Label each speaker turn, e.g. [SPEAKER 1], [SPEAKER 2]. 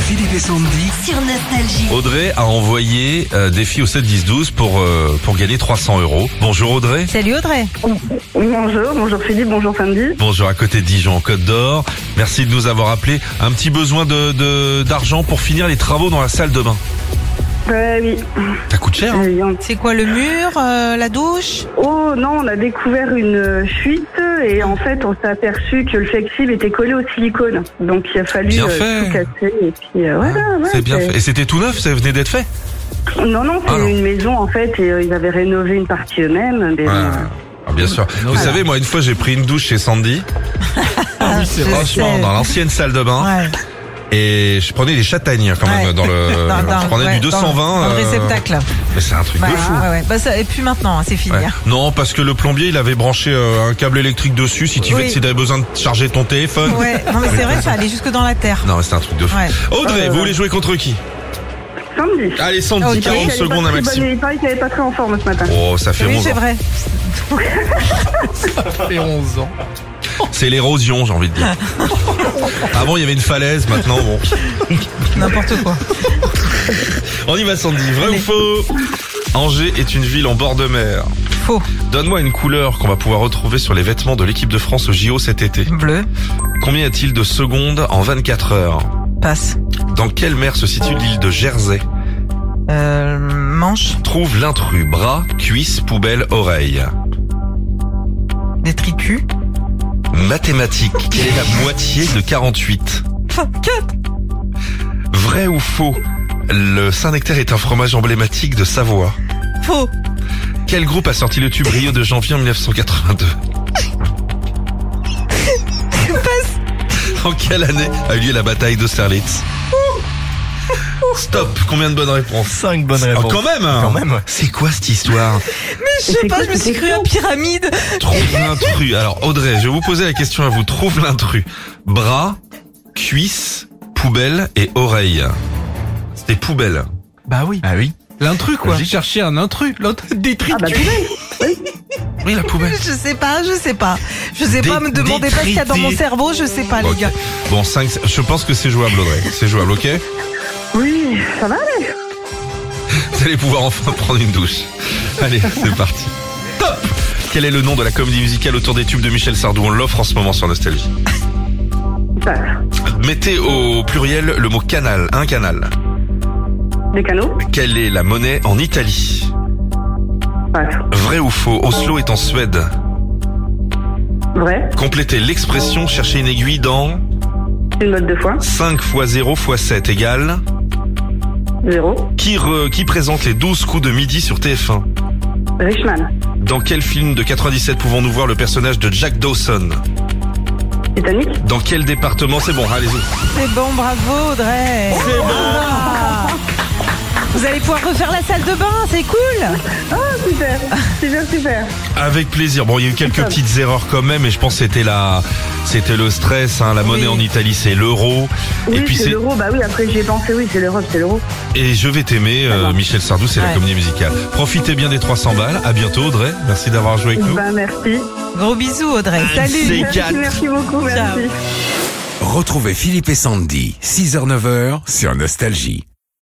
[SPEAKER 1] Philippe et Sandy.
[SPEAKER 2] sur Nostalgie.
[SPEAKER 3] Audrey a envoyé euh, des filles au 7-10-12 pour, euh, pour gagner 300 euros. Bonjour Audrey.
[SPEAKER 4] Salut Audrey.
[SPEAKER 5] Bonjour, bonjour Philippe, bonjour Sandy.
[SPEAKER 3] Bonjour à côté de Dijon, Côte d'Or. Merci de nous avoir appelé. Un petit besoin de de- d'argent pour finir les travaux dans la salle de bain.
[SPEAKER 5] Ouais, Euh, oui,
[SPEAKER 3] Ça coûte cher. hein
[SPEAKER 5] oui, on-
[SPEAKER 4] C'est quoi le mur, euh, la douche
[SPEAKER 5] Oh non, on a découvert une euh, fuite et en fait on s'est aperçu que le flexible était collé au silicone. Donc il a fallu
[SPEAKER 3] Bien
[SPEAKER 5] euh,
[SPEAKER 3] fait. Ah,
[SPEAKER 5] tout casser et puis euh, voilà. ouais,
[SPEAKER 3] c'est bien fait. Et c'était tout neuf, ça venait d'être fait.
[SPEAKER 5] Non, non, c'est
[SPEAKER 3] Ah, non.
[SPEAKER 5] une maison en fait et euh, ils avaient rénové une partie eux-mêmes. mais, euh,
[SPEAKER 3] Ah, bien sûr. Vous savez, moi, une fois, j'ai pris une douche chez Sandy.
[SPEAKER 4] Ah, je
[SPEAKER 3] Franchement,
[SPEAKER 4] sais.
[SPEAKER 3] dans l'ancienne salle de bain.
[SPEAKER 4] Ouais,
[SPEAKER 3] Et je prenais des châtaignes, quand même,
[SPEAKER 4] Ouais.
[SPEAKER 3] dans le.
[SPEAKER 4] dans- dans-
[SPEAKER 3] je prenais
[SPEAKER 4] ouais,
[SPEAKER 3] Euh, du 220.
[SPEAKER 4] Dans, dans le
[SPEAKER 3] euh,
[SPEAKER 4] réceptacle.
[SPEAKER 3] Mais c'est un truc
[SPEAKER 4] Ouais,
[SPEAKER 3] de fou.
[SPEAKER 4] ouais, ouais. Bah, ça, et puis maintenant, hein, c'est fini.
[SPEAKER 3] Ouais.
[SPEAKER 4] hein.
[SPEAKER 3] Non, parce que le plombier, il avait branché euh, un câble électrique dessus. Si tu
[SPEAKER 4] Oui.
[SPEAKER 3] veux, si t'avais besoin de charger ton téléphone.
[SPEAKER 4] Ouais. Non mais c'est vrai, ça allait jusque dans la terre.
[SPEAKER 3] Non, mais c'est un truc de fou.
[SPEAKER 4] Ouais.
[SPEAKER 3] Audrey,
[SPEAKER 5] Euh,
[SPEAKER 3] vous
[SPEAKER 5] ouais.
[SPEAKER 3] voulez jouer contre qui
[SPEAKER 5] Sandy.
[SPEAKER 3] Allez, Sandy,
[SPEAKER 4] Ok.
[SPEAKER 3] 40 Ah, secondes à
[SPEAKER 5] à Bonne...
[SPEAKER 3] maximum.
[SPEAKER 5] Il paraît qu'il n'avait pas très en forme ce matin.
[SPEAKER 3] Oh, ça fait
[SPEAKER 4] oui,
[SPEAKER 3] 11
[SPEAKER 4] c'est
[SPEAKER 3] ans.
[SPEAKER 4] vrai.
[SPEAKER 3] C'est l'érosion, j'ai envie de dire. Avant, il y avait une falaise, maintenant, bon.
[SPEAKER 4] N'importe quoi.
[SPEAKER 3] On y va, Sandy. Vrai
[SPEAKER 4] Allez.
[SPEAKER 3] ou faux Angers est une ville en bord de mer.
[SPEAKER 4] Faux.
[SPEAKER 3] Donne-moi une couleur qu'on va pouvoir retrouver sur les vêtements de l'équipe de France au JO cet été.
[SPEAKER 4] Bleu.
[SPEAKER 3] Combien y a-t-il de secondes en 24 heures
[SPEAKER 4] Passe.
[SPEAKER 3] Dans quelle mer se situe l'île de Jersey
[SPEAKER 4] Euh, manche.
[SPEAKER 3] Trouve l'intrus, bras, cuisse, poubelle, oreille.
[SPEAKER 4] Détritus.
[SPEAKER 3] Mathématiques, quelle est la moitié de 48
[SPEAKER 4] Quatre.
[SPEAKER 3] Vrai ou faux Le Saint-Nectaire est un fromage emblématique de Savoie.
[SPEAKER 4] Faux.
[SPEAKER 3] Quel groupe a sorti le tube Rio de janvier en 1982 En quelle année a eu lieu la bataille d'Austerlitz Stop Combien de bonnes réponses
[SPEAKER 6] 5 bonnes
[SPEAKER 3] Oh,
[SPEAKER 6] réponses.
[SPEAKER 3] Quand même hein.
[SPEAKER 6] Quand même.
[SPEAKER 3] C'est quoi cette histoire
[SPEAKER 4] Je sais
[SPEAKER 5] C'est
[SPEAKER 4] pas,
[SPEAKER 5] quoi
[SPEAKER 4] je me suis
[SPEAKER 5] cette
[SPEAKER 4] cru à pyramide.
[SPEAKER 3] Trouve l'intrus. Alors Audrey, je vais vous poser la question à vous. Trouve l'intrus. Bras, cuisse, poubelle et oreille. C'était poubelle.
[SPEAKER 6] Bah oui. Ah oui.
[SPEAKER 7] L'intrus quoi.
[SPEAKER 6] Logique.
[SPEAKER 7] Chercher un intrus, l'autre détruit.
[SPEAKER 5] Ah bah purée.
[SPEAKER 3] Oui, la poubelle.
[SPEAKER 4] Je sais pas, je sais pas. Je sais pas,
[SPEAKER 3] Dé-
[SPEAKER 4] me demandez pas ce qu'il y a dans mon
[SPEAKER 3] détritus.
[SPEAKER 4] cerveau, je sais pas,
[SPEAKER 3] Ok.
[SPEAKER 4] Ah, les gars.
[SPEAKER 3] Bon, 5, je pense que c'est jouable Audrey. C'est jouable, ok
[SPEAKER 5] Oui, ça va aller.
[SPEAKER 3] Vous allez pouvoir enfin prendre une douche. Allez, c'est parti. Top Quel est le nom de la comédie musicale autour des tubes de Michel Sardou On l'offre en ce moment sur Nostalgie.
[SPEAKER 5] Passe.
[SPEAKER 3] Mettez au pluriel le mot canal, un canal.
[SPEAKER 5] Des canaux.
[SPEAKER 3] Quelle est la monnaie en Italie
[SPEAKER 5] Passe.
[SPEAKER 3] Vrai ou faux Oslo est en Suède.
[SPEAKER 5] Vrai.
[SPEAKER 3] Complétez l'expression chercher une aiguille dans
[SPEAKER 5] Une note de fois.
[SPEAKER 3] 5 x 0 x 7 égale
[SPEAKER 5] Zéro.
[SPEAKER 3] qui, re- qui présente les 12 coups de midi sur TF1
[SPEAKER 5] Richman.
[SPEAKER 3] Dans quel film de 97 pouvons-nous voir le personnage de Jack Dawson
[SPEAKER 5] Titanic.
[SPEAKER 3] Dans quel département C'est bon, allez-y.
[SPEAKER 4] C'est bon, bravo Audrey. C'est bon. Vous allez pouvoir refaire la salle de bain, c'est cool.
[SPEAKER 5] Super, super, super.
[SPEAKER 3] Avec plaisir. Bon, il y a eu quelques petites erreurs quand même, et je pense que c'était la, c'était le stress. hein. La monnaie en Italie, c'est l'euro. et
[SPEAKER 5] Oui,
[SPEAKER 3] puis
[SPEAKER 5] c'est
[SPEAKER 3] c'est,
[SPEAKER 5] l'euro. Bah oui, après j'y ai pensé. Oui, c'est l'euro, c'est l'euro.
[SPEAKER 3] et je vais t'aimer, euh, Michel Sardou, c'est la
[SPEAKER 4] Ouais.
[SPEAKER 3] comédie musicale. Profitez bien des 300 balles. À bientôt, Audrey. Merci d'avoir joué avec nous.
[SPEAKER 5] Bah merci.
[SPEAKER 4] Gros bisous Audrey. Salut.
[SPEAKER 3] C'est
[SPEAKER 5] Merci,
[SPEAKER 3] quatre.
[SPEAKER 5] merci beaucoup. Merci.
[SPEAKER 1] Retrouvez Philippe et Sandy, 6h-9h sur Nostalgie.